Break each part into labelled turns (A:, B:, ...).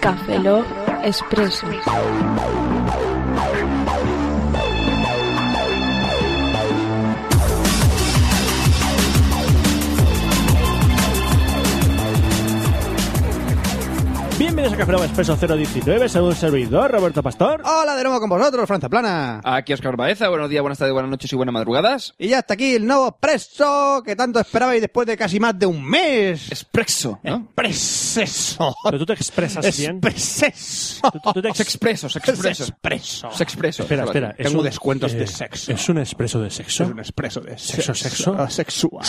A: Café Lock Expreso.
B: Bienvenidos a Café Lock Expreso 019, según servidor Roberto Pastor.
C: Hola de nuevo con vosotros, Franza Plana.
D: Aquí Oscar Baeza, buenos días, buenas tardes, buenas noches y buenas madrugadas.
C: Y ya está aquí el nuevo preso que tanto esperabais después de casi más de un mes.
D: Expreso,
C: Eh.
D: ¿no?
C: Preseso.
B: Pero tú te expresas bien.
C: Preseso.
B: Tú, tú- tú te ex-
D: Sexpresos,
C: Es
D: expresos.
C: expreso.
D: Sexpreso.
B: Espera, espera. es
C: Tengo
B: un-
C: descuentos de
B: eh,
C: sexo.
B: ¿Es un expreso de
C: Es
B: sexo?
C: un expreso de
B: ¿Sexo, sexo?
C: ah, Sexual.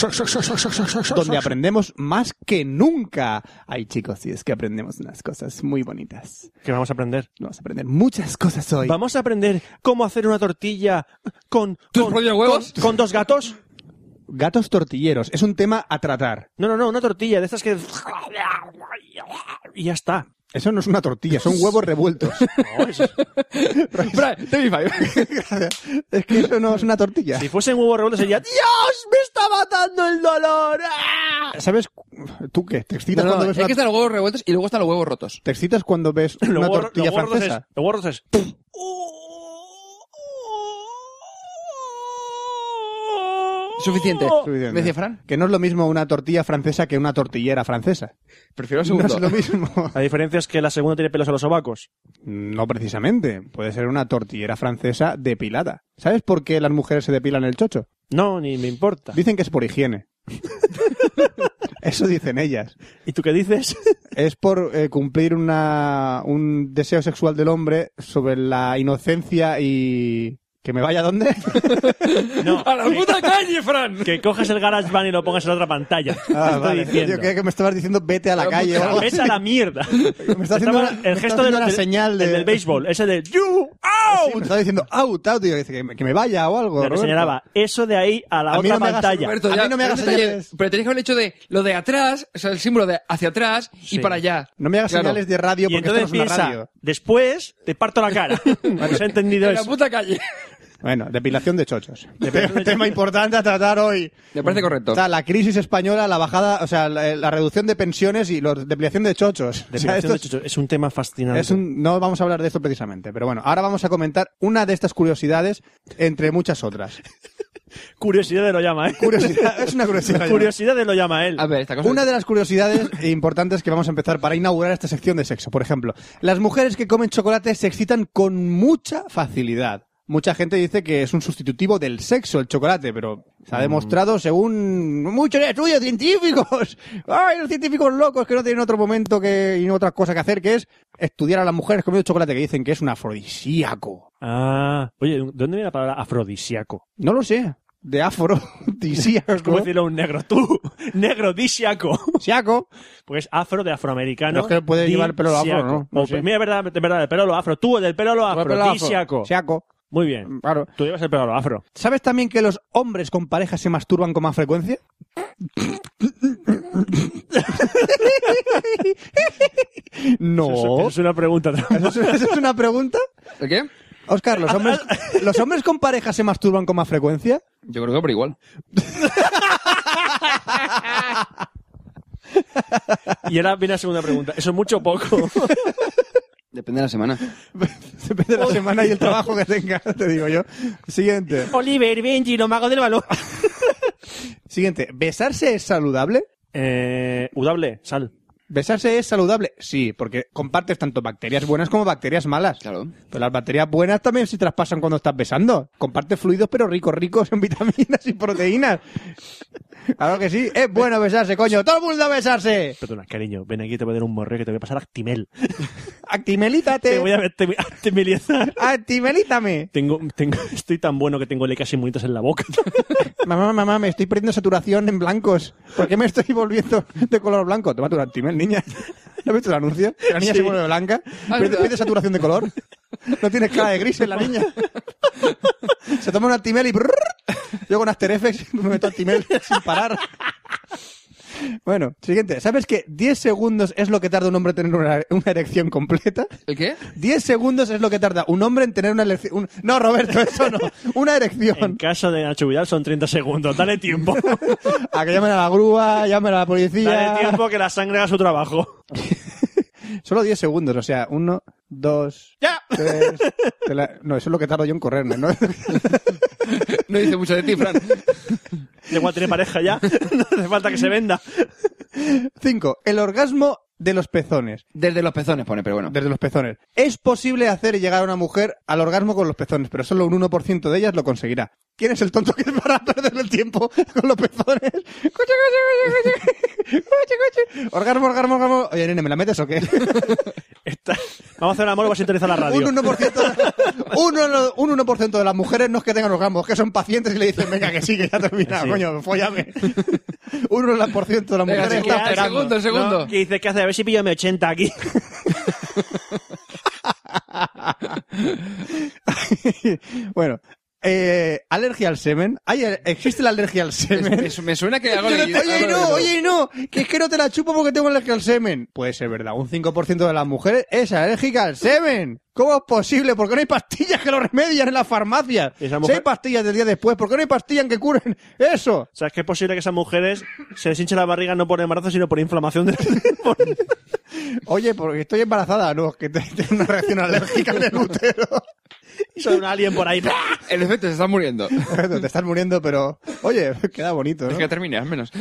C: Donde aprendemos más que nunca. Ay, chicos, sí, es que aprendemos unas cosas muy bonitas.
B: Que vamos a aprender.
C: Vamos a aprender muchas cosas hoy.
B: Vamos a aprender cómo hacer una tortilla con...
D: ¿Tú
B: con,
D: rollo de huevos?
B: con- con dos gatos.
C: Gatos tortilleros. Es un tema a tratar.
B: No, no, no, una tortilla de estas que... Y ya está.
C: Eso no es una tortilla, son huevos revueltos.
B: No, es-
D: Brian, David Five.
C: es que eso no es una tortilla.
B: Si fuesen huevos revueltos sería... ¡Dios! ¡Me está matando el dolor! ¡Ah!
C: ¿Sabes cu- tú qué? ¿Te excitas
D: No, no,
C: cuando
D: es
C: ves una...
D: que están los huevos revueltos y luego están los huevos rotos.
C: ¿Te excitas cuando ves
B: Lo
C: una
B: gordo-
C: tortilla
B: lo gordo es-
C: francesa?
B: lo gordo es...
D: Suficiente.
C: Suficiente.
D: Me decía Fran.
C: Que no es lo mismo una tortilla francesa que una tortillera francesa.
D: Prefiero el
C: No
D: segundo.
C: es lo mismo.
B: La diferencia es que la segunda tiene pelos a los sobacos.
C: No precisamente. Puede ser una tortillera francesa depilada. ¿Sabes por qué las mujeres se depilan el chocho?
B: No, ni me importa.
C: Dicen que es por higiene. Eso dicen ellas.
B: ¿Y tú qué dices?
C: Es por eh, cumplir una, un deseo sexual del hombre sobre la inocencia y... ¿Que me vaya a dónde?
B: No.
D: ¡A la puta calle, Fran!
B: Que cojas el GarageBand y lo pongas en la otra pantalla. Te
C: Ah,
B: estoy
C: vale.
B: diciendo.
C: Yo creía que me estabas diciendo vete a la
D: La
C: calle. o
D: puta-
C: algo
B: Vete a
C: así.
B: la mierda.
C: Me está haciendo
B: Estaba-
C: una- me
B: el
C: está
B: gesto de
C: haciendo
B: los-
C: una
B: del-
C: señal de-
B: el del béisbol, ese de you
C: Sí, me
B: out.
C: estaba diciendo out, out. Y yo decía que me, que me vaya o algo.
B: Le
C: Roberto.
B: señalaba eso de ahí a la
C: A mí
B: otra
C: no me hagas-
B: pantalla.
C: Roberto, A mí no me hagas
D: pero,
C: señales.
D: Pero tenías que haber hecho de lo de atrás, o sea, el símbolo de hacia atrás
B: Sí.
D: y para allá.
C: No me hagas
D: Claro.
C: señales de radio
B: y
C: porque esto no
B: entonces
C: es una
B: piensa,
C: radio.
B: después te parto la cara. ¿Has entendido
D: En la
B: eso?
D: puta calle.
C: Bueno, depilación de chochos.
B: Depilación de
C: Tema
B: chochos.
C: importante a tratar hoy.
D: Me parece correcto.
C: Está la crisis española, la bajada, o sea, la, la reducción de pensiones y la depilación de chochos. O sea,
B: Depilación
C: esto
B: de
C: es-
B: chucho. Es un tema fascinante.
C: es un- no vamos a hablar de esto precisamente, pero bueno, ahora vamos a comentar una de estas curiosidades entre muchas otras.
B: Curiosidad de lo llama, ¿eh?
C: Curiosidad, es una curiosidad.
B: Curiosidad de lo llama él.
D: A ver, esta cosa.
C: Una de las curiosidades importantes que vamos a empezar para inaugurar esta sección de sexo, por ejemplo, las mujeres que comen chocolate se excitan con mucha facilidad. Mucha gente dice que es un sustitutivo del sexo el chocolate, pero se ha
D: Mm.
C: demostrado según muchos estudios científicos. ¡Ay, los científicos locos que no tienen otro momento que, y otra cosa que hacer que es estudiar a las mujeres comiendo chocolate, que dicen que es un afrodisíaco!
B: Ah, oye, ¿de dónde viene la palabra afrodisíaco?
C: No lo sé. De
B: Es como
C: afrodisíaco.
B: decirlo a un negro, tú, negro disiaco.
C: Siaco.
B: Pues afro de afroamericano.
C: Pero es que puede llevar el pelo afro, ¿no? No
B: O,
C: sé.
B: Mira, verdad, de verdad, el pelo a lo afro. Tú, del pelo a lo afro,
D: pelo afro.
B: disiaco.
C: Siaco.
B: Muy bien.
C: Claro.
B: Tú llevas el pelo a lo afro.
C: ¿Sabes también que los hombres con pareja se masturban con más frecuencia?
B: Eso- eso
C: no.
B: es una pregunta.
C: ¿Eso es- eso es una pregunta?
D: ¿El qué?
C: Oscar, ¿los hombres, ¿los hombres con pareja se masturban con más frecuencia?
D: Yo creo que por igual.
B: y ahora viene la segunda pregunta. Eso es mucho o poco.
D: Depende de la semana.
C: Depende de la semana y el trabajo que tengas, te digo yo. Siguiente.
B: Oliver, Benji, lo mago del balón.
C: Siguiente. ¿Besarse es saludable?
B: Eh, udable, sal.
C: ¿Besarse es saludable? Sí, porque compartes tanto bacterias buenas como bacterias malas.
D: Claro.
C: Pero las bacterias buenas también se traspasan cuando estás besando. Compartes fluidos, pero ricos, ricos en vitaminas y proteínas. Claro que sí. Es bueno besarse, coño. ¡Todo el mundo a besarse!
B: Perdona, cariño, ven aquí, te voy a dar un morreo que te voy a pasar a Actimel. Te voy
C: ¡Actimelítate!
B: a actim- actimelizar.
C: ¡Actimelítame!
B: Tengo, tengo, estoy tan bueno que tengo casi muñitas en la boca.
C: Mamá, mamá, me estoy perdiendo saturación en blancos. ¿Por qué me estoy volviendo de color blanco? Toma tu actimel, niña. ¿No has visto el anuncio? Que La niña
B: Sí.
C: se vuelve blanca. Pierde, pierde saturación de color. No tienes cara de gris en la niña. Se toma un actimel y... brrr. yo con After Effects me meto actimel sin parar. Bueno, siguiente. ¿Sabes que 10 segundos es lo que tarda un hombre en tener una, una erección completa?
D: ¿El qué?
C: 10 segundos es lo que tarda un hombre en tener una erección... un- No, Roberto, eso no. Una
B: en
C: erección.
B: caso de Nacho Vidal son 30 segundos. Dale tiempo.
C: A que llamen a la grúa, llamen a la policía.
B: Dale tiempo que la sangre haga su trabajo.
C: Solo 10 segundos, o sea, uno, dos,
B: ¡Ya!
C: tres... te la- No, eso es lo que tardo yo en correrme, ¿no?
D: No dice mucho de ti, Fran.
B: Da Igual tiene pareja ya. No hace falta que se venda.
C: Cinco, el orgasmo de los pezones.
D: Desde los pezones pone, pero bueno.
C: Desde los pezones. Es posible hacer llegar a una mujer al orgasmo con los pezones, pero solo un 1% de ellas lo conseguirá. ¿Quién es el tonto que es para perder el tiempo con los pezones? Coche, coche, coche, coche. Coche, coche. Orgasmo, orgasmo, orgasmo. Oye, nene, ¿me la metes o qué?
B: Está- Vamos a hacer un amor, vas a interesar la radio.
C: Un 1%, un 1 un 1% de las mujeres no es que tengan orgasmos, es que son pacientes y le dicen, venga, que sí, que ya ha terminado,
B: Sí.
C: coño, follame. Un 1% de las
D: Venga,
C: mujeres
D: sí,
C: está
D: que-
C: esperando.
D: segundo, segundo.
B: No, que dice, ¿qué hace? A ver si pillo M80 aquí.
C: bueno, eh, alergia al semen. Hay- ¿Existe la alergia al
D: Es-
C: semen?
D: es- me suena que hago
C: Yo no-
D: leído-
C: oye,
D: algo
C: no,
D: leído.
C: oye, no, que es que no te la chupo porque tengo alergia al semen. Puede ser verdad, un 5% de las mujeres es alérgica al semen. ¿Cómo es posible? ¿Por qué no hay pastillas que lo remedian en las farmacias?
B: Esa
C: Si
B: mujer-
C: hay pastillas del día después, ¿por qué no hay pastillas que curen eso?
B: O sea, es que es posible que esas mujeres se les hinche la barriga no por embarazo, sino por inflamación de... por-
C: Oye, porque estoy embarazada, no, que te- tengo una reacción alérgica en el útero.
B: Son un alien por ahí.
C: Ah,
D: El efecto se está muriendo.
C: Te estás muriendo, pero oye, queda bonito,
D: Es
C: ¿no?
D: que termine, al menos.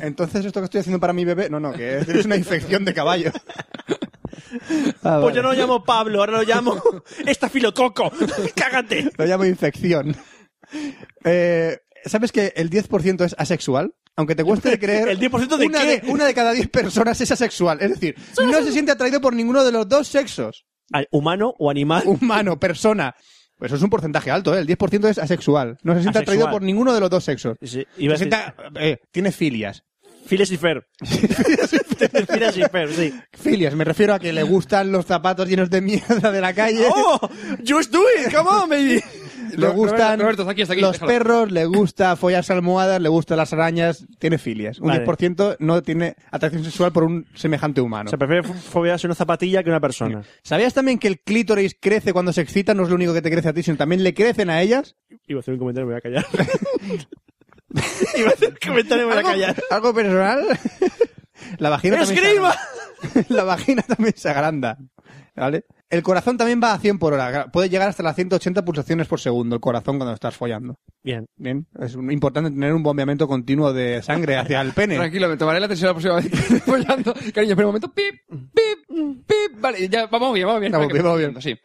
C: Entonces, esto que estoy haciendo para mi bebé, no, no, que es una infección de caballo. Ah,
B: Pues yo
C: vale.
B: no lo llamo Pablo, ahora lo llamo estafilococo. Cágate.
C: Lo llamo infección. Eh, ¿Sabes que el 10% es asexual? Aunque te cueste creer.
B: ¿El 10% de
C: una
B: qué?
C: una de cada 10 personas es asexual. Es decir, no se siente atraído por ninguno de los dos sexos.
B: Ay, ¿Humano o animal?
C: Humano, persona. Pues eso es un porcentaje alto, ¿eh? El 10% es asexual. No se siente
B: Asexual.
C: atraído por ninguno de los dos sexos.
B: Sí, sí, iba a
C: Se
B: decir-
C: sienta- eh, tiene filias.
B: Files y Fer. Files y Fer, sí.
C: Filias, me refiero a que le gustan los zapatos llenos de mierda de la calle.
B: ¡Oh! ¡Just do it! ¡Come on, baby!
C: le
D: Ro-
C: gustan
D: Roberto, Roberto, está aquí, está aquí,
C: los
D: déjalo.
C: perros, le gusta follarse almohadas, le gustan las arañas, tiene filias. Un
B: Vale.
C: 10% no tiene atracción sexual por un semejante humano.
B: O sea, prefiere fobiarse una zapatilla que una persona.
C: ¿Sabías también que el clítoris crece cuando se excita? No es lo único que te crece a ti, sino también le crecen a ellas.
B: Iba a hacer un comentario, me voy a callar. Iba a hacer un comentario, me voy a
C: ¿Algo,
B: callar.
C: algo personal? La vagina también se
B: ¡Escriba!
C: agranda. La vagina también se agranda. ¿Vale? El corazón también va a 100 por hora. Puede llegar hasta las 180 pulsaciones por segundo el corazón cuando estás follando.
B: Bien.
C: Bien, es un- importante tener un bombeamiento continuo de sangre hacia el pene.
D: Tranquilo, me tomaré la atención la próxima vez que esté follando. Cariño, espera un momento. Pip, pip, pip. Vale, ya, vamos bien, vamos bien.
C: Vamos
D: Vale,
C: bien,
D: que-
C: vamos bien.
D: Sí.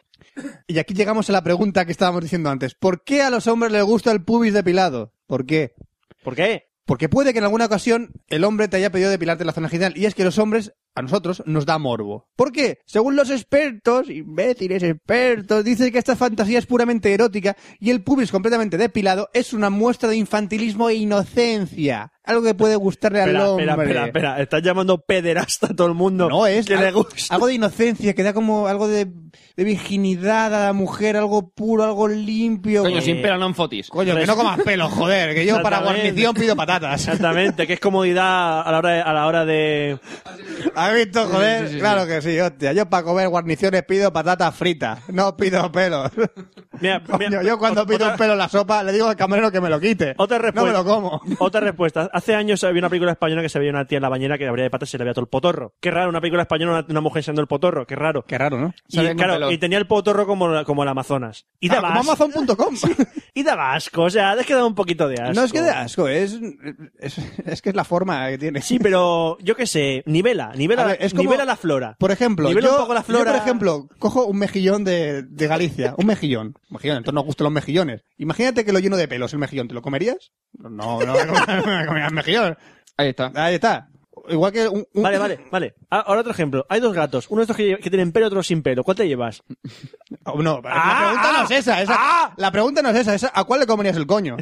C: Y aquí llegamos a la pregunta que estábamos diciendo antes. ¿Por qué a los hombres les gusta el pubis depilado? ¿Por qué?
B: ¿Por qué?
C: Porque puede que en alguna ocasión el hombre te haya pedido depilarte la zona genital y es que los hombres, a nosotros, nos da morbo. ¿Por qué? Según los expertos, imbéciles expertos, dicen que esta fantasía es puramente erótica y el pubis completamente depilado es una muestra de infantilismo e inocencia. Algo que puede gustarle al
B: Espera,
C: hombre.
B: espera, espera, espera. Estás llamando pederasta a todo el mundo.
C: No, es
B: Que le
C: algo,
B: gusta.
C: algo de inocencia, que da como algo de, de virginidad a la mujer, algo puro, algo limpio.
D: Coño,
C: Eh,
D: sin pelo, no en fotis.
C: Coño, que no comas pelo, joder, que yo para
B: Exactamente.
C: guarnición pido patatas.
B: Exactamente, que es comodidad a la hora de... A la hora de...
C: ¿Has visto, joder?
D: sí, sí, sí.
C: Claro que sí, hostia. Yo para comer guarniciones pido patatas fritas, no pido pelo.
B: Mira,
C: Coño,
B: mira,
C: yo cuando
B: ot-
C: pido
B: otra-
C: un pelo en la sopa le digo al camarero que me lo quite.
B: Otra
C: no me
B: respuesta.
C: lo como.
B: Otra respuesta. Hace años había una película española que se veía una tía en la bañera que abría de patas y se le veía todo el potorro. Qué raro, una película española, una, una mujer enseñando el potorro. Qué raro.
C: Qué raro, ¿no?
B: Y,
D: Sale con
B: claro,
D: pelo.
B: y tenía el potorro como, la- como el Amazonas. Y
C: Ah,
B: daba asco.
C: Amazon.com.
B: Y daba asco. O sea, es que daba un poquito de asco.
C: No es que de asco, es, es, es que es la forma que tiene.
B: Sí, pero yo qué sé, nivela, nivela,
C: A ver, es como-
B: nivela la flora.
C: Por ejemplo,
B: Nivela
C: yo,
B: un poco la
C: yo,
B: flora.
C: por ejemplo, cojo un mejillón de, de Galicia, un mejillón, un mejillón, entonces nos gustan los mejillones. Imagínate que lo lleno de pelos el mejillón, ¿te lo comerías? No, no me comería- me comería el mejillón.
D: Ahí está.
C: Ahí está. Igual que un, un-
B: Vale, vale, vale. Ah, Ahora otro ejemplo. Hay dos gatos. Uno de estos que, lle- que tienen pelo, otro sin pelo. ¿Cuál te llevas?
C: Oh, no,
B: Ah,
C: la pregunta no es esa, esa-
B: ah.
C: la pregunta no es esa, esa, ¿a cuál le comerías el coño?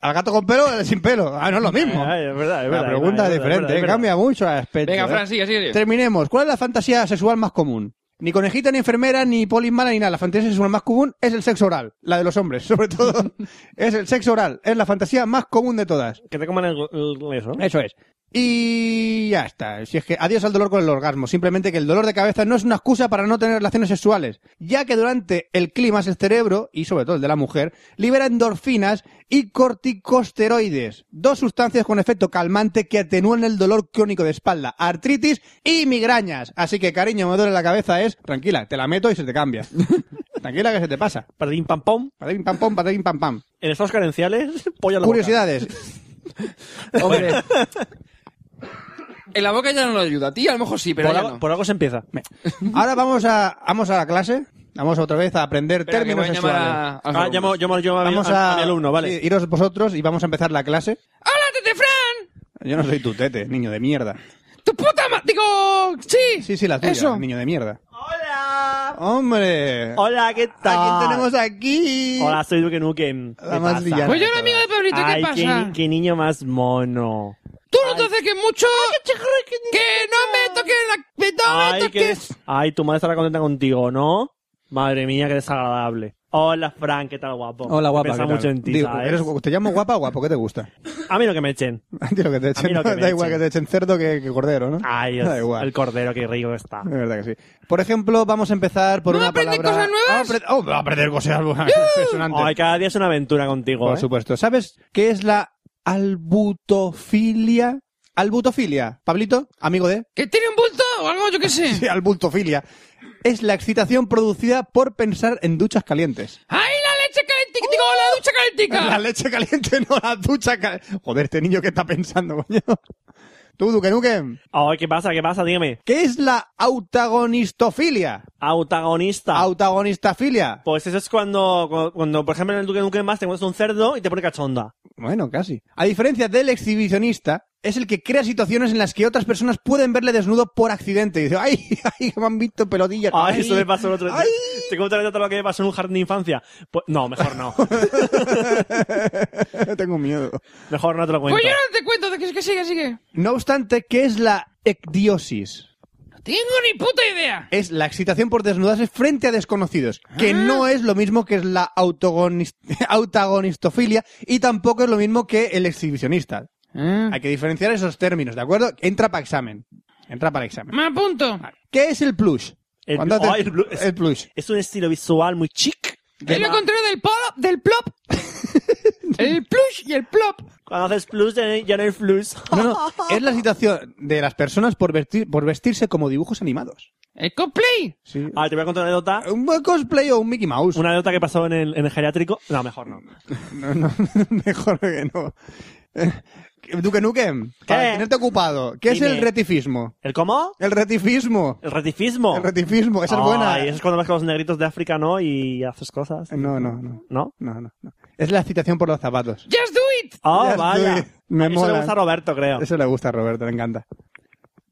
C: ¿Al gato con pelo o al sin pelo? Ah, no es lo mismo.
B: Ay, es verdad, es verdad,
C: la pregunta
B: es verdad, es
C: es diferente,
B: verdad, es
C: eh,
B: verdad.
C: cambia mucho el aspecto.
D: Venga,
C: eh.
D: Fran, sigue, sigue.
C: Terminemos. ¿Cuál es la fantasía sexual más común? Ni conejita, ni enfermera, ni polis mala, ni nada. La fantasía sexual más común es el sexo oral. La de los hombres, sobre todo. es el sexo oral. Es la fantasía más común de todas. Eh.
B: Que te coman el, el- eso.
C: Eso es. Y ya está. Si es que adiós al dolor con el orgasmo. Simplemente que el dolor de cabeza no es una excusa para no tener relaciones sexuales, ya que durante el clima el cerebro, y sobre todo el de la mujer, libera endorfinas y corticosteroides, dos sustancias con efecto calmante que atenúan el dolor crónico de espalda, artritis y migrañas. Así que cariño, me duele la cabeza es, tranquila, te la meto y se te cambia. tranquila que se te pasa.
B: Pardín pam pam.
C: Patín, pam, pam, patín, pam, pam.
B: En estados carenciales, polla en la boca.
C: Curiosidades.
D: Hombre. en la boca ya no nos ayuda. A ti a lo mejor sí, pero
B: por,
D: ya
B: algo,
D: no.
B: por algo se empieza.
C: Ahora vamos a, vamos a la clase. Vamos otra vez a aprender
D: Espera, que
C: términos
D: voy a llamar
C: sexuales.
D: a- a los
B: Ah,
D: alumnos.
B: llamo, llamo, yo a, mi-
C: Vamos
B: a-
C: a,
B: a mi alumno, vale.
C: sí, iros vosotros y vamos a empezar la clase.
D: ¡Hola, Tete Fran!
C: Yo no soy tu tete, niño de mierda.
D: ¡Tu puta madre! Digo, sí.
C: Sí, sí, la tuya,
D: Eso.
C: niño de mierda.
B: Hola.
C: ¡Hombre! Ah.
B: Hola, ¿qué tal?
C: ¿A quién tenemos aquí?
B: Hola, soy Duke Nukem.
C: La
B: ¿Qué
C: más
B: pasa?
C: villana.
D: Pues yo era amiga de Pablito, ¿qué
B: Ay,
D: pasa?
B: qué, ni- qué niño más mono.
D: Tú no te acerques mucho. que no me toques la... me- No me
B: Ay, qué-
D: toques.
B: Ay, tu madre estará contenta contigo, ¿no? Madre mía, qué desagradable. Hola, Frank, ¿qué tal, guapo?
C: Hola, guapa.
B: Pensa
C: ¿qué tal?
B: mucho en ti,
C: Digo,
B: ¿sabes?
C: ¿eres gu- ¿Te llamo guapa o guapo? ¿Qué te gusta?
B: A mí no que me echen.
C: A ti lo que te echen,
B: A mí lo
C: ¿no?
B: que me
C: Da igual que
B: echen. Ah.
C: te echen cerdo que, que cordero, ¿no?
B: Ay,
C: Da
B: Dios,
C: igual.
B: el cordero, qué rico está.
C: Es verdad que sí. Por ejemplo, vamos a empezar por
D: ¿No
C: una
D: aprendí
C: palabra...
D: cosas nuevas?
C: Vamos a apre- oh, va a aprender cosas nuevas. impresionantes.
B: Ay, cada día es una aventura contigo,
C: Por
B: ¿eh?
C: supuesto. ¿Sabes qué es la albutofilia? Albutofilia, Pablito, amigo de.
D: ¿Que tiene un bulto o algo? Yo qué sé.
C: Sí, albutofilia. Es la excitación producida por pensar en duchas calientes.
D: ¡Ay, la leche calentica! Digo, la ducha calentica.
C: La leche caliente, no la ducha caliente. Joder, este niño que está pensando, coño. Tú, Duque Nukem.
B: Ay, ¿qué pasa? ¿Qué pasa? Dígame.
C: ¿Qué es la autagonistofilia?
B: Autagonista.
C: Autagonistafilia.
B: pues eso es cuando, cuando, cuando, por ejemplo, en el Duque Nukem más te encuentras un cerdo y te pone cachonda.
C: Bueno, casi. A diferencia del exhibicionista, es el que crea situaciones en las que otras personas pueden verle desnudo por accidente. Y dice, ¡ay, ay, que me han visto pelotilla!
B: Ay, eso me pasó el otro día.
C: ¡Ay!
B: Te contaré todo lo que me pasó en un jardín de infancia. Pues, no, mejor no.
C: Tengo miedo.
B: Mejor no te lo cuento.
D: Pues yo no te cuento. Que, que sigue, sigue.
C: No obstante, ¿qué es la ecdiosis?
D: No tengo ni puta idea.
C: Es la excitación por desnudarse frente a desconocidos,
B: Ah.
C: que no es lo mismo que es la autogonis- autagonistofilia y tampoco es lo mismo que el exhibicionista.
D: ¿Eh?
C: Hay que diferenciar esos términos, ¿de acuerdo? Entra para examen. Entra para examen.
D: Más punto.
C: ¿Qué es el plush?
B: Mm. El-
C: Cuando te-
B: oh, el blu-
C: el plush.
B: Es un estilo visual muy chic.
D: Es lo contrario del polo, del plop. el plush y el plop.
B: Cuando haces plus, ya no hay- ya no hay flus.
C: No, no, es la situación de las personas por, vestir- por vestirse como dibujos animados.
D: El cosplay.
C: Sí.
B: Ah, te voy a contar una anécdota.
C: Un buen cosplay o un Mickey Mouse.
B: Una anécdota que pasó en el, en el geriátrico. No, mejor no.
C: No, no, mejor que no. Eh, Duque Nukem, para
B: ¿Qué?
C: tenerte ocupado, ¿qué es
B: Dime.
C: el retifismo?
B: ¿El cómo?
C: El retifismo.
B: El retifismo.
C: El retifismo, esa es buena. Em,
B: Ay, eso es cuando vas con los negritos de África, ¿no? Y haces cosas.
C: No, no, no.
B: ¿No?
C: No, no, no. Es la excitación por los zapatos.
D: Just do it.
B: Oh,
C: Ya
B: vaya.
C: estoy. Me
B: eso
C: mola.
B: le gusta a Roberto, creo.
C: Eso le gusta a Roberto, le encanta.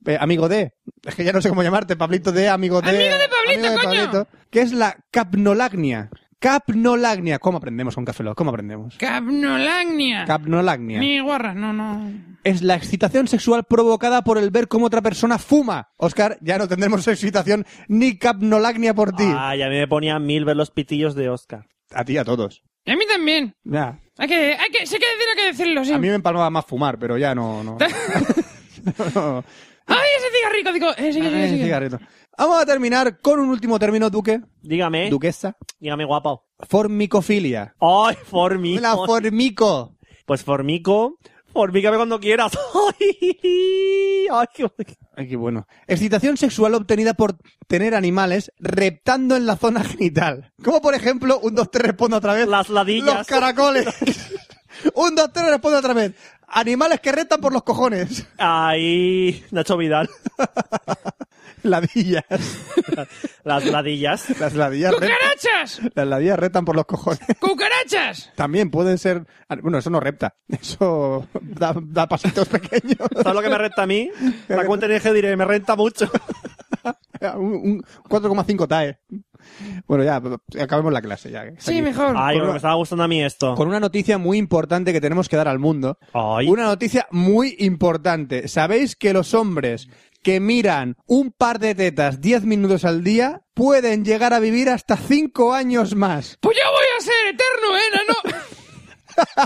C: Eh, amigo de, es que ya no sé cómo llamarte, Pablito de, amigo de.
D: Amigo de Pablito, coño.
C: ¿Qué es la capnolagnia? Capnolagnia. ¿Cómo aprendemos con Café Lock? ¿Cómo aprendemos?
D: Capnolagnia.
C: Capnolagnia.
D: Ni guarras, no, no.
C: es la excitación sexual provocada por el ver cómo otra persona fuma. Oscar, ya no tendremos excitación ni capnolagnia por ti.
B: Ay, a mí me ponían mil ver los pitillos de Oscar.
C: A ti, a todos.
D: Y a mí también.
C: Ya.
D: Hay que, hay que, sí hay que decirlo, hay que decirlo, sí.
C: A mí me empalmaba más fumar, pero ya no. no. No.
D: ¡Ay, ese cigarrico! Digo, eh, sigue, sigue,
C: Ay,
D: sigue.
C: cigarrito. Vamos a terminar con un último término, Duque.
B: Dígame.
C: Duquesa.
B: Dígame, guapo.
C: Formicofilia.
B: Ay, formico.
C: La formico.
B: Pues formico. Formícame cuando quieras. Ay, qué-
C: Ay, qué bueno. Excitación sexual obtenida por tener animales reptando en la zona genital. Como por ejemplo, un 2 te responde otra vez.
B: Las ladillas.
C: Los caracoles. un 2 te responde otra vez. Animales que reptan por los cojones.
B: Ay, Nacho Vidal.
C: Ladillas.
B: Las ladillas.
C: Las ladillas, re-
D: ¡Cucarachas!
C: las ladillas reptan por los cojones.
D: ¡Cucarachas!
C: También pueden ser. ah, Bueno, eso no repta. Eso da, da pasitos pequeños.
B: ¿Sabes lo que me renta a mí? La cuenta en eje diré, me renta mucho.
C: un, un 4,5 TAE. Bueno, ya, acabemos la clase. Ya, Hasta
D: Sí,
C: aquí.
D: mejor.
B: Ay,
C: Con
B: me
C: una-
B: estaba gustando a mí esto.
C: con una noticia muy importante que tenemos que dar al mundo.
B: Ay.
C: Una noticia muy importante. ¿Sabéis que los hombres que miran un par de tetas 10 minutos al día pueden llegar a vivir hasta 5 años más?
D: Pues yo voy a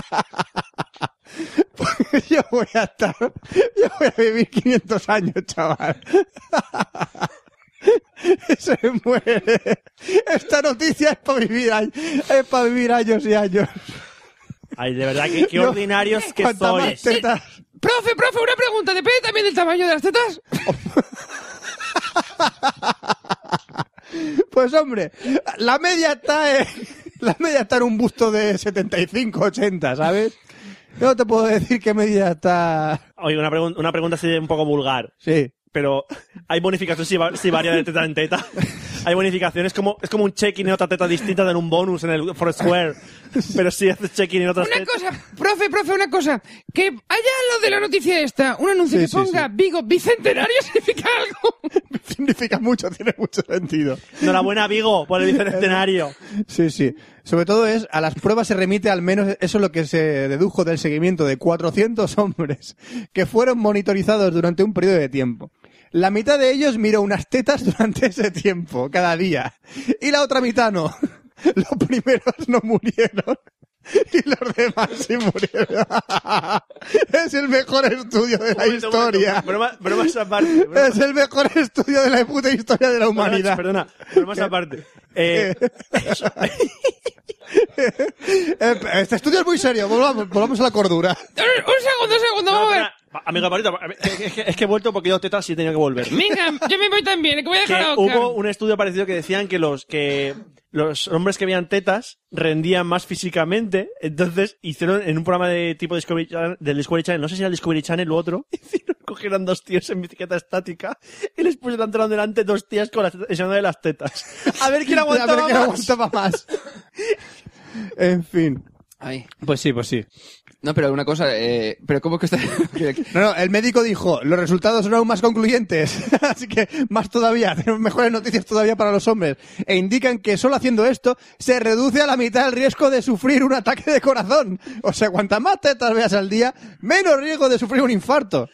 D: ser eterno, ¿eh, nano?
C: yo voy a estar, yo voy a vivir 500 años, chaval. Se muere. Esta noticia es para vivir, años- es para vivir años y años.
B: Ay, de verdad, que qué
C: Yo-
B: ordinarios que
C: Cuanta más
B: sois.
C: tetas.
D: Profe, profe, una pregunta. ¿Depende también del tamaño de las tetas?
C: Pues hombre, la media está en, la media está en un busto de 75, 80, ¿sabes? Yo no te puedo decir qué media está.
B: Oye, una, pregun- una pregunta así de un poco vulgar.
C: Sí.
B: Pero hay bonificaciones si, va- si varía de teta en teta. Hay bonificaciones como, es como un check-in en otra teta distinta dan un bonus en el Foursquare. Pero si haces check-in en otras
D: Una
B: tetas.
D: cosa, profe, profe, una cosa. Que haya lo de la noticia esta, un anuncio
C: Sí,
D: que
C: sí,
D: ponga
C: sí.
D: Vigo Bicentenario significa algo.
C: Significa mucho, tiene mucho sentido.
B: Enhorabuena, Vigo, por el bicentenario.
C: Sí, sí. Sobre todo es, a las pruebas se remite al menos, eso es lo que se dedujo del seguimiento de 400 hombres que fueron monitorizados durante un periodo de tiempo. La mitad de ellos miró unas tetas durante ese tiempo, cada día. Y la otra mitad no. Los primeros no murieron. Y los demás sí murieron. Es el mejor estudio de la
B: Momento, momento.
C: historia.
B: Broma, bromas aparte. bromas-
C: Es el mejor estudio de la puta historia de la humanidad.
B: Perdona, perdona, bromas aparte. Eh,
C: Eh, Este estudio es muy serio, volvamos, volvamos a la cordura.
D: Un segundo, un segundo,
B: no,
D: vamos a ver.
B: espera. Amigo Parito, es que, es que he vuelto porque yo tetas sí tenía que volver.
D: Venga, yo me voy también, que voy a
B: que
D: dejar a Oscar.
B: hubo un estudio parecido que decían que los que los hombres que veían tetas rendían más físicamente, entonces hicieron en un programa de tipo Discovery Channel, del Discovery Channel, no sé si era el Discovery Channel u otro, hicieron cogieron dos tíos en bicicleta estática y les pusieron delante dos tías con las tetas, enseñando de las tetas. A ver quién
C: A ver
B: aguantaba
C: quién
B: más.
C: aguantaba más. en fin.
D: Ay,
C: Pues sí, pues sí.
D: no, pero una cosa, eh, pero ¿cómo que está?
C: No, no, el médico dijo, los resultados son aún más concluyentes, así que más todavía, tenemos mejores noticias todavía para los hombres, e indican que solo haciendo esto se reduce a la mitad el riesgo de sufrir un ataque de corazón. O sea, cuantas más tetas veas al día, menos riesgo de sufrir un infarto.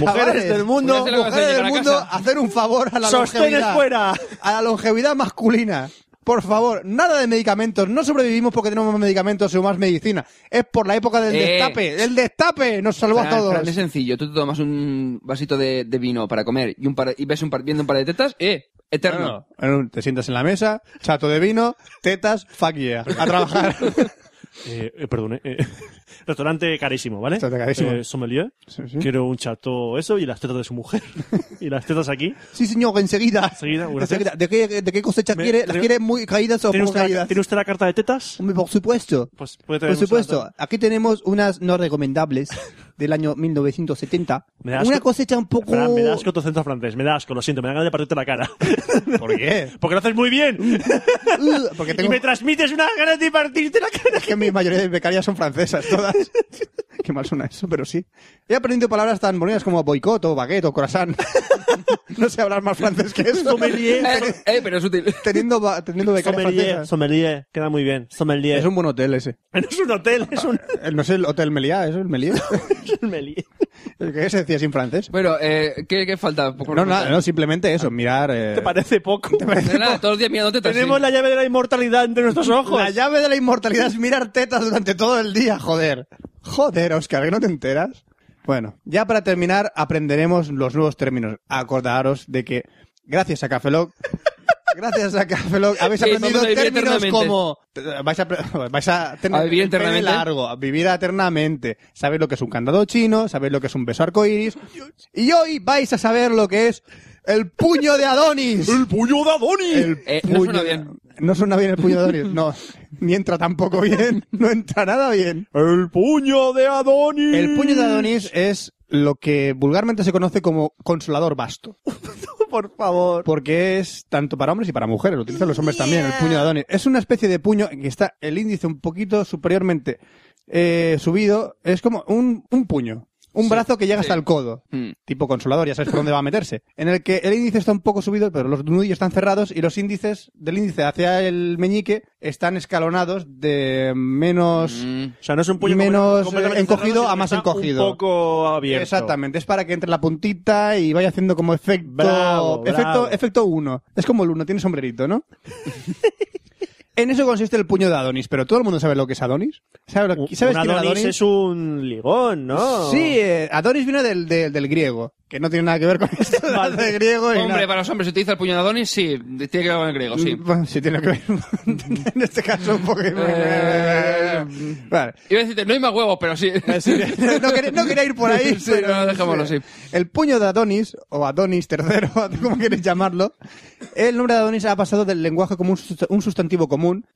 B: Mujeres
C: Chavales,
B: del mundo,
D: Ya se la vas a
C: mujeres del
D: llevar a
C: mundo,
D: casa.
C: hacer un favor a la
B: Sostenes
C: longevidad.
B: fuera.
C: A la longevidad masculina. Por favor, nada de medicamentos. No sobrevivimos porque tenemos más medicamentos o más medicina. Es por la época del
D: Eh.
C: destape. El destape nos salvó a todos.
D: es sencillo, tú te tomas un vasito de, de vino para comer y, un par, y ves un par, viendo un par de tetas, eh, eterno.
C: No, no. En un- Te sientas en la mesa, chato de vino, tetas, fuck yeah, a trabajar.
B: Eh, eh, perdone, eh, restaurante carísimo, ¿vale?
C: Restaurante carísimo.
B: Eh, sommelier.
C: Sí, sí.
B: Quiero un chato eso y las tetas de su mujer. y las tetas aquí.
C: sí, señor, enseguida.
B: Enseguida, gracias.
C: Enseguida. ¿De qué, de qué cosecha
B: Me-
C: quiere? ¿Las
B: tengo-
C: quiere muy caídas o
B: ¿Tiene
C: poco
B: usted, la,
C: caídas?
B: ¿Tiene usted la carta de tetas?
C: Hombre, por supuesto.
B: Pues puede tener
C: Por
B: un
C: supuesto,
B: salto.
C: aquí tenemos unas no recomendables del año 1970.
B: Me da asco.
C: Una cosecha un poco...
B: Fran, me das asco tu acento francés, me das asco, lo siento, me da ganas de partirte la cara.
C: ¿Por qué?
B: Porque lo haces muy bien.
C: Uh, Porque
B: Y
C: tengo...
B: me transmites unas ganas de partirte la cara.
C: Es que mi mayoría de becarias son francesas todas. Qué mal suena eso, pero sí. He aprendido palabras tan bonitas como boicot o baguette o croissant. no sé hablar más francés que eso.
B: Sommelier.
D: Eh, eh, pero es útil.
C: teniendo, ba- teniendo becarias
B: Sommelier,
C: francesas.
B: sommelier, queda muy bien. Sommelier.
C: Es un buen hotel ese.
B: No es un hotel, es un,
C: El- No sé, el Hotel Meliá, ¿es el Meliá?
B: es un sommelier.
C: ¿El que se decía sin francés?
D: Bueno, eh, ¿qué, qué falta? Por-
C: No, nada, no, simplemente eso, mirar... eh,
B: pues ¿Te parece poco?
D: Nada, nada, todos los días mirando tetas.
B: Tenemos
D: sí.
B: la llave de la inmortalidad entre nuestros ojos.
C: La llave de la inmortalidad es mirar tetas durante todo el día, joder. Joder, Oscar, que no te enteras. Bueno, ya para terminar, aprenderemos los nuevos términos. Acordaros de que, gracias a Cafelog, gracias a Cafelog, habéis
D: Sí,
C: aprendido
D: vamos a vivir
C: términos
D: eternamente.
C: como. Vais a, vais a tener
D: ¿A vivir
C: el pene
D: eternamente?
C: largo, a vivir eternamente. Sabéis lo que es un candado chino, sabéis lo que es un beso arcoíris. Y hoy vais a saber lo que es el puño de Adonis.
B: ¡El puño de Adonis!
C: El
D: Eh, no suena bien.
C: No suena bien el puño de Adonis. No, ni entra tampoco bien. No entra nada bien.
B: ¡El puño de Adonis!
C: El puño de Adonis es lo que vulgarmente se conoce como consolador basto.
B: Por favor.
C: Porque es tanto para hombres y para mujeres. Lo utilizan los hombres también, el puño de Adonis. Es una especie de puño en que está el índice un poquito superiormente eh, subido. Es como un, un puño. Un brazo que llega hasta el codo.
D: Mm.
C: Tipo consolador, ya sabes por dónde va a meterse. En el que el índice está un poco subido, pero los nudillos están cerrados y los índices del índice hacia el meñique están escalonados de menos...
D: Mm.
B: O sea, no es un puño
C: Menos,
B: comple- completamente
C: eh,
B: cerrado,
C: encogido
B: sino
C: a
B: que
C: más
B: está
C: encogido.
B: Un poco abierto.
C: Exactamente, es para que entre la puntita y vaya haciendo como efecto
B: Bravo, bravo.
C: efecto efecto 1. Es como el 1, tiene sombrerito, ¿no? En eso consiste el puño de Adonis, pero todo el mundo sabe lo que es Adonis. ¿Sabe lo-
B: Un-
C: ¿Sabes
B: un
C: quién era
B: Adonis,
C: Adonis?
B: es un ligón,
D: Oh.
B: ¿no?
C: Sí, eh, Adonis viene del, del, del griego, que no tiene nada que ver con esto de
B: Vale.
C: de griego. y
D: Hombre,
C: nada.
D: para los hombres se utiliza el puño de Adonis, sí, tiene que ver con el griego, sí.
C: Bueno, sí tiene que ver. en este caso un poco...
D: Eh,
C: vale.
D: Iba a decirte, no hay más huevos, Oh, pero sí.
C: Sí, no, quería, no quería ir por ahí.
D: Sí,
C: pero-
D: no, dejémoslo, sí.
C: El puño de Adonis, o Adonis tercero, como queréis llamarlo, el nombre de Adonis ha pasado del lenguaje como un sust- un sustantivo común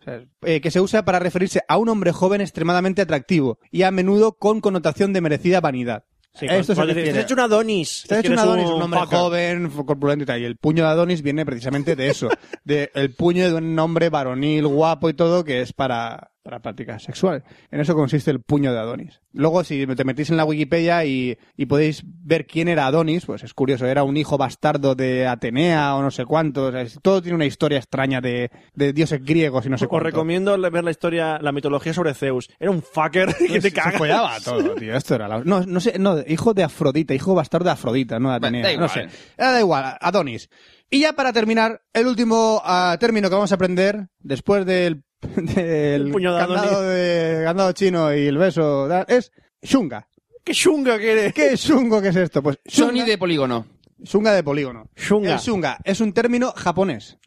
C: eh, que se usa para referirse a un hombre joven extremadamente atractivo y a menudo con connotación de merecida vanidad.
B: Sí,
C: A esto se
B: cuando dices,
C: refiere.
B: "Te has hecho un Adonis.
C: Está
B: es que
C: hecho un
B: eres
C: Adonis, un hombre
B: fucker.
C: joven, f- corpulento y tal. Y el puño de Adonis viene precisamente de eso. de el puño de un hombre varonil, guapo y todo, que es para, para prácticas sexuales. En eso consiste el puño de Adonis. Luego, si te metís en la Wikipedia y, y podéis ver quién era Adonis, pues es curioso. Era un hijo bastardo de Atenea o no sé cuánto. o sea, es- todo tiene una historia extraña de, de dioses griegos y no sé
B: Os
C: cuánto.
B: recomiendo le- ver la historia, la mitología sobre Zeus. Era un fucker que
C: Pues
B: te
C: se
B: cagas.
C: follaba todo, tío. Esto era la... No, no sé, no, hijo de Afrodita, hijo bastardo de Afrodita, no de
D: Bueno,
C: Atenea,
D: da
C: no sé.
D: igual.
C: Eh, Da igual, Adonis. Y ya para terminar, el último ah, término que vamos a aprender, después del, del
B: El puño de
C: candado,
B: Adonis.
C: de- candado chino y el beso, da- es Shunga.
B: ¡Qué chunga que eres!
C: ¿Qué chungo que es esto? Pues
D: Sony
C: shunga-
D: de polígono.
C: Shunga de polígono.
B: Shunga.
C: El shunga es un término japonés.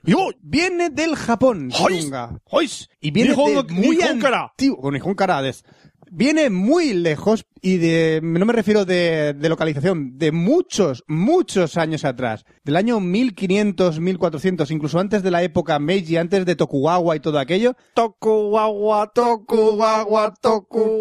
C: Viene del Japón,
B: ¡Hois!
C: shunga.
B: ¡Hois!
C: Y viene
B: Nihon-
C: de muy
B: Nihon kara.
C: antiguo, con Nihon kara, des- Viene muy lejos y de, no me refiero de, de localización, de muchos, muchos años atrás. Del año 1500, 1400, incluso antes de la época Meiji, antes de Tokugawa y todo aquello.
B: Tokugawa, Tokugawa,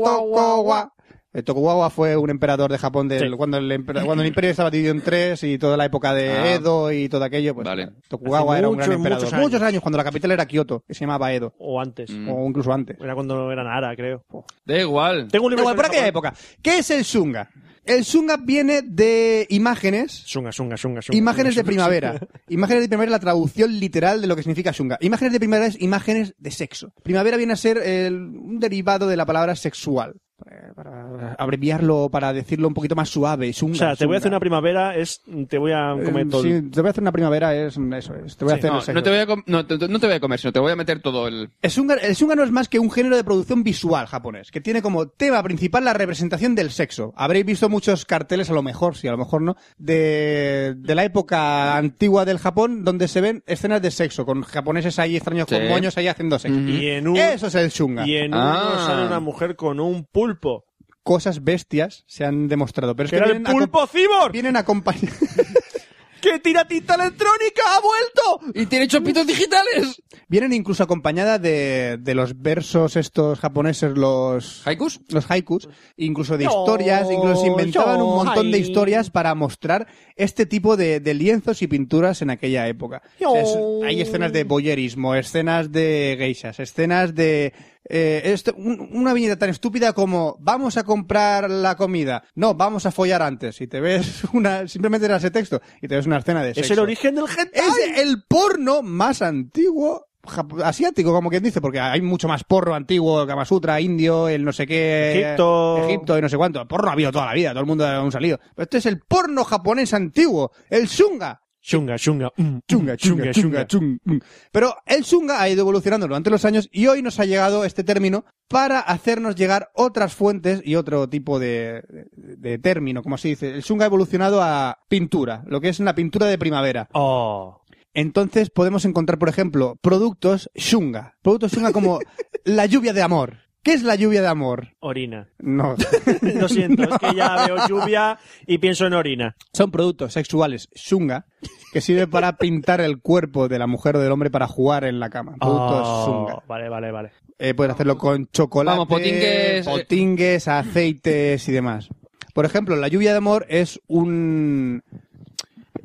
C: Tokugawa. Eh, Tokugawa fue un emperador de Japón del,
B: Sí.
C: cuando, el, emper- cuando el imperio estaba dividido en tres y toda la época de
D: Ah.
C: Edo y todo aquello. Pues,
D: Vale.
C: Tokugawa
B: Hace
C: era un
B: muchos,
C: gran emperador.
B: muchos años.
C: cuando la capital era Kioto, que se llamaba Edo,
B: O antes.
D: Mm.
C: o incluso antes.
B: Era cuando era Nara, creo.
D: Da igual.
B: Tengo un
C: Da
B: libro
C: igual, por aquella época. ¿Qué es el shunga? El shunga viene de imágenes.
B: Sunga, sunga, sunga, sunga.
C: Imágenes de primavera. Imágenes de primavera es la traducción literal de lo que significa shunga. Imágenes de primavera es imágenes de sexo. Primavera viene a ser el- un derivado de la palabra sexual. Eh, Para abreviarlo, para decirlo un poquito más suave. Shunga,
B: O sea, te voy a hacer
C: shunga.
B: una primavera, es te voy a comer
C: Eh,
B: todo.
C: sí, te voy a hacer una primavera, es eso es. Te voy a
B: Sí.
C: hacer el
D: No,
C: sexo.
D: no te voy a com- no, te- no te voy a comer, sino te voy a meter todo el...
C: El shunga, el shunga no es más que un género de producción visual japonés, que tiene como tema principal la representación del sexo. Habréis visto muchos carteles, a lo mejor sí, a lo mejor no, de, de la época antigua del Japón, donde se ven escenas de sexo, con japoneses ahí extraños
D: Sí.
C: con moños ahí haciendo sexo.
D: Ujú.
B: Y en un,
C: Eso es el shunga.
B: y en uno
D: Ah.
B: sale una mujer con un pulpo.
C: Cosas bestias se han demostrado, pero es
B: Que
C: que
B: era el
C: vienen, acom-
B: pulpo cibor.
C: vienen acompañados...
B: ¡Que tira tinta electrónica! ¡Ha vuelto!
D: ¡Y tiene chopitos digitales!
C: Vienen incluso acompañadas de, de los versos estos japoneses, los...
D: ¿Haikus?
C: los haikus, incluso de
B: Yo,
C: historias, incluso se inventaban
B: yo,
C: un montón de
B: ay.
C: historias para mostrar este tipo de, de lienzos y pinturas en aquella época. O sea, es-
B: Yo.
C: hay escenas de boyerismo, escenas de geishas, escenas de... eh, esto- un- una viñeta tan estúpida como vamos a comprar la comida, no, vamos a follar antes. Y te ves una... Simplemente era ese texto y te ves una escena de
B: Es
C: sexo.
B: el origen del hentai.
C: Es el porno más antiguo japo- asiático, como quien dice, porque hay mucho más porno antiguo, el Kama Sutra, indio, el no sé qué,
B: Egipto.
C: Egipto y no sé cuánto. Porno ha habido toda la vida, todo el mundo ha un salido. Pero este es el porno japonés antiguo, el shunga.
B: Chunga, chunga, mm,
C: Chunga, chunga, chunga, chunga. Pero el shunga ha ido evolucionando durante los años y hoy nos ha llegado este término para hacernos llegar otras fuentes y otro tipo de, de- de término, como se dice. El shunga ha evolucionado a pintura, lo que es una pintura de primavera.
B: Oh.
C: Entonces podemos encontrar, por ejemplo, productos shunga. Productos shunga como la lluvia de amor. ¿Qué es la lluvia de amor?
B: Orina.
C: No.
B: Lo siento, es que ya veo lluvia y pienso en orina.
C: Son productos sexuales shunga que sirven para pintar el cuerpo de la mujer o del hombre para jugar en la cama. Productos
B: Oh,
C: shunga.
B: Vale, vale, vale.
C: Eh, puedes hacerlo con chocolate,
D: Vamos, potingues, eh.
C: potingues, aceites y demás. Por ejemplo, la lluvia de amor es un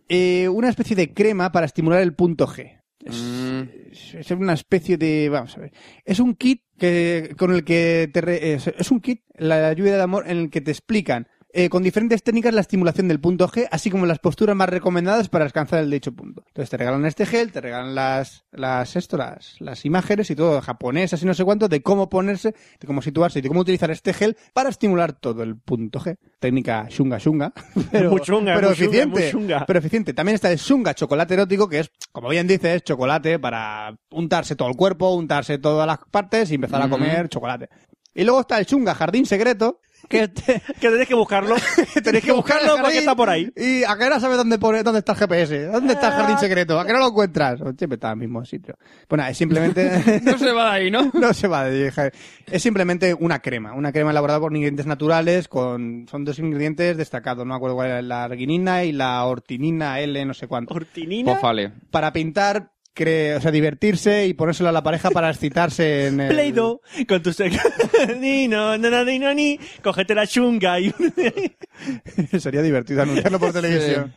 C: eh, una especie de crema para estimular el punto G.
D: Mm.
C: es es una especie de vamos a ver es un kit que con el que te re- es, es un kit la lluvia de amor en el que te explican eh, con diferentes técnicas la estimulación del punto G, así como las posturas más recomendadas para alcanzar el dicho punto. Entonces te regalan este gel, te regalan las, las, esto, las, las imágenes y todo japonesas y no sé cuánto de cómo ponerse, de cómo situarse y de cómo utilizar este gel para estimular todo el punto G. Técnica shunga shunga, pero,
B: Muy chunga,
C: pero
B: muy chunga,
C: eficiente.
B: muy chunga.
C: Pero eficiente. También está el shunga chocolate erótico, que es, como bien dice, es chocolate para untarse todo el cuerpo, untarse todas las partes y empezar a
D: Ujú.
C: comer chocolate. Y luego está el chunga jardín secreto, que este,
B: Que tenéis que buscarlo. tenéis que buscarlo
C: el
B: porque
C: jardín
B: está por ahí. Ah.
C: Y a que no sabes dónde, pone- dónde está el GPS, dónde está el jardín secreto, a que no lo encuentras. O Siempre está en el mismo sitio. Bueno, es simplemente...
D: No se va de ahí, ¿no?
C: No se va de dejar. Es simplemente una crema. Una crema elaborada por ingredientes naturales. con Son dos ingredientes destacados. No me acuerdo cuál era. La arginina y la ortinina L, no sé cuánto.
B: Hortinina.
D: Pues vale.
C: Para pintar, cre- o sea, divertirse y ponérselo a la pareja para excitarse en el...
B: Play-Doh con tus ni no, no, no, ni, no, ni. Cogete la chunga y
C: Sería divertido anunciarlo por televisión.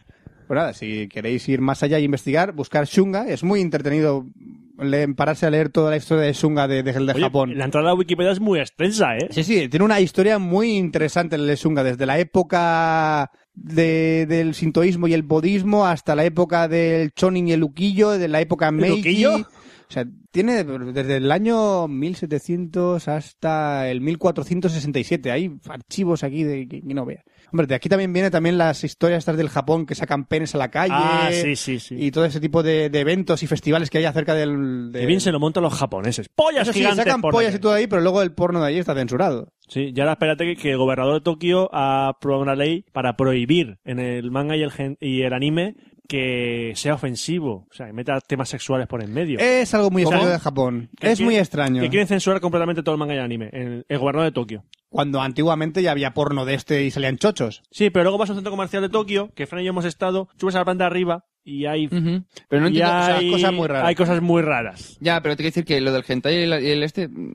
C: Pues nada, si queréis ir más allá y investigar, buscar Shunga. Es muy entretenido le- pararse a leer toda la historia de Shunga de, de- de
B: Oye,
C: Japón.
B: La entrada a Wikipedia es muy extensa, ¿eh?
C: Sí, sí, tiene una historia muy interesante el Shunga, desde la época de- del sintoísmo y el budismo hasta la época del chonin y el ukiyo, de la época Meiji.
B: ukiyo?
C: O sea, tiene desde el año 1700 hasta el 1467. Hay archivos aquí de que, que no veas. Hombre, de aquí también viene también las historias estas del Japón que sacan penes a la calle.
B: Ah, sí, sí, sí.
C: eh, Y todo ese tipo de, de eventos y festivales que hay acerca del... de-
B: Que bien se lo montan los japoneses. ¡Pollas
C: Eso sí,
B: gigantes!
C: sacan
B: porno!
C: pollas y todo ahí, pero luego el porno de allí está censurado.
B: Sí, y ahora espérate que, que el gobernador de Tokio ha aprobado una ley para prohibir en el manga y el, gen- y el anime que sea ofensivo. O sea, que meta temas sexuales por en medio.
C: Es algo muy
B: ¿Cómo?
C: extraño de Japón.
B: Que
C: Es
B: quiere-
C: muy extraño.
B: Que quieren censurar completamente todo el manga y el anime. El, el gobernador de Tokio.
C: Cuando antiguamente ya había porno de este y salían chochos.
B: Sí, pero luego vas a un centro comercial de Tokio, que Fran y yo hemos estado, subes a la planta de arriba y hay...
D: Ujú. Pero no
B: y
D: entiendo.
C: sea,
B: hay-
C: cosas muy raras.
B: Hay cosas muy raras.
D: Ya, pero te quiero decir que lo del hentai y el, y el este. mm,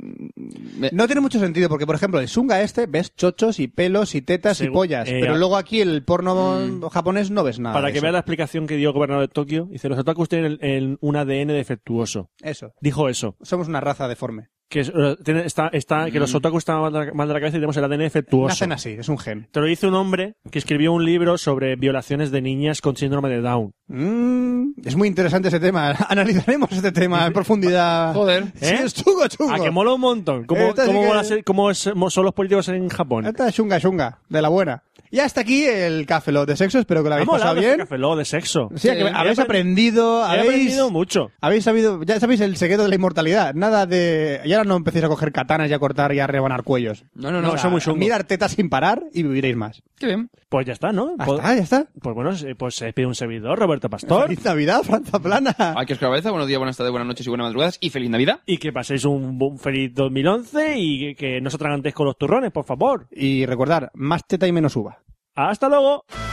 D: me-
C: No tiene mucho sentido, porque por ejemplo, el sunga este ves chochos y pelos y tetas y
B: Segu-
C: pollas.
B: eh,
C: pero
B: ah.
C: luego aquí el porno japonés no ves nada.
B: Para
C: de
B: que
C: Ah, eso.
B: veas la explicación que dio el gobernador de Tokio, dice, los otakus tienen el- el- un ADN defectuoso.
C: Eso.
B: Dijo eso.
C: Somos una raza deforme.
B: Que, es- eh, tiene- está, está, que los
C: Mm.
B: otakus están mal de, la, mal de la cabeza y tenemos el ADN defectuoso.
C: Nacen así, es un gen.
B: Te lo dice un hombre que escribió un libro sobre violaciones de niñas con síndrome de Down.
C: Mm, es muy interesante ese tema. Analizaremos este tema en profundidad.
D: Joder.
C: Sí,
B: ¿Eh?
C: es chungo, chungo.
B: A que mola un montón. ¿Cómo,
C: Esta sí
B: cómo
C: que-
B: mola ser- cómo es- mo- son los políticos en Japón?
C: Esta es chunga, chunga, de la buena. Y hasta aquí el café Lock de sexo. Espero que lo
B: Ha
C: habéis
B: molado
C: pasado
B: este
C: bien.
B: Café Lock de sexo.
C: Sí, que
D: Sí.
C: habéis
B: He aprendido-
C: aprendido,
B: He
C: habéis
B: aprendido mucho.
C: Habéis sabido, ya sabéis el secreto de la inmortalidad. Nada de. Y ahora no empecéis a coger katanas y a cortar y a rebanar cuellos.
D: No, no,
B: No,
D: no.
B: eso muy chungo.
C: Mirar tetas sin parar y viviréis más.
D: Qué bien.
B: Pues ya está, ¿no?
C: Ya
B: Pues-
C: Ah, está, ya está.
B: Pues bueno, se- pues se pide un servidor, Roberto Pastor.
C: Feliz Navidad, Franza Plana.
D: Aquí os cabeza. Buenos días, buenas tardes, buenas noches y buenas madrugadas. Y feliz Navidad.
B: Y que paséis un bu- feliz 2011 y que- que no os atragantéis con los turrones, por favor.
C: Y recordar, más teta y menos uva.
B: ¡Hasta luego!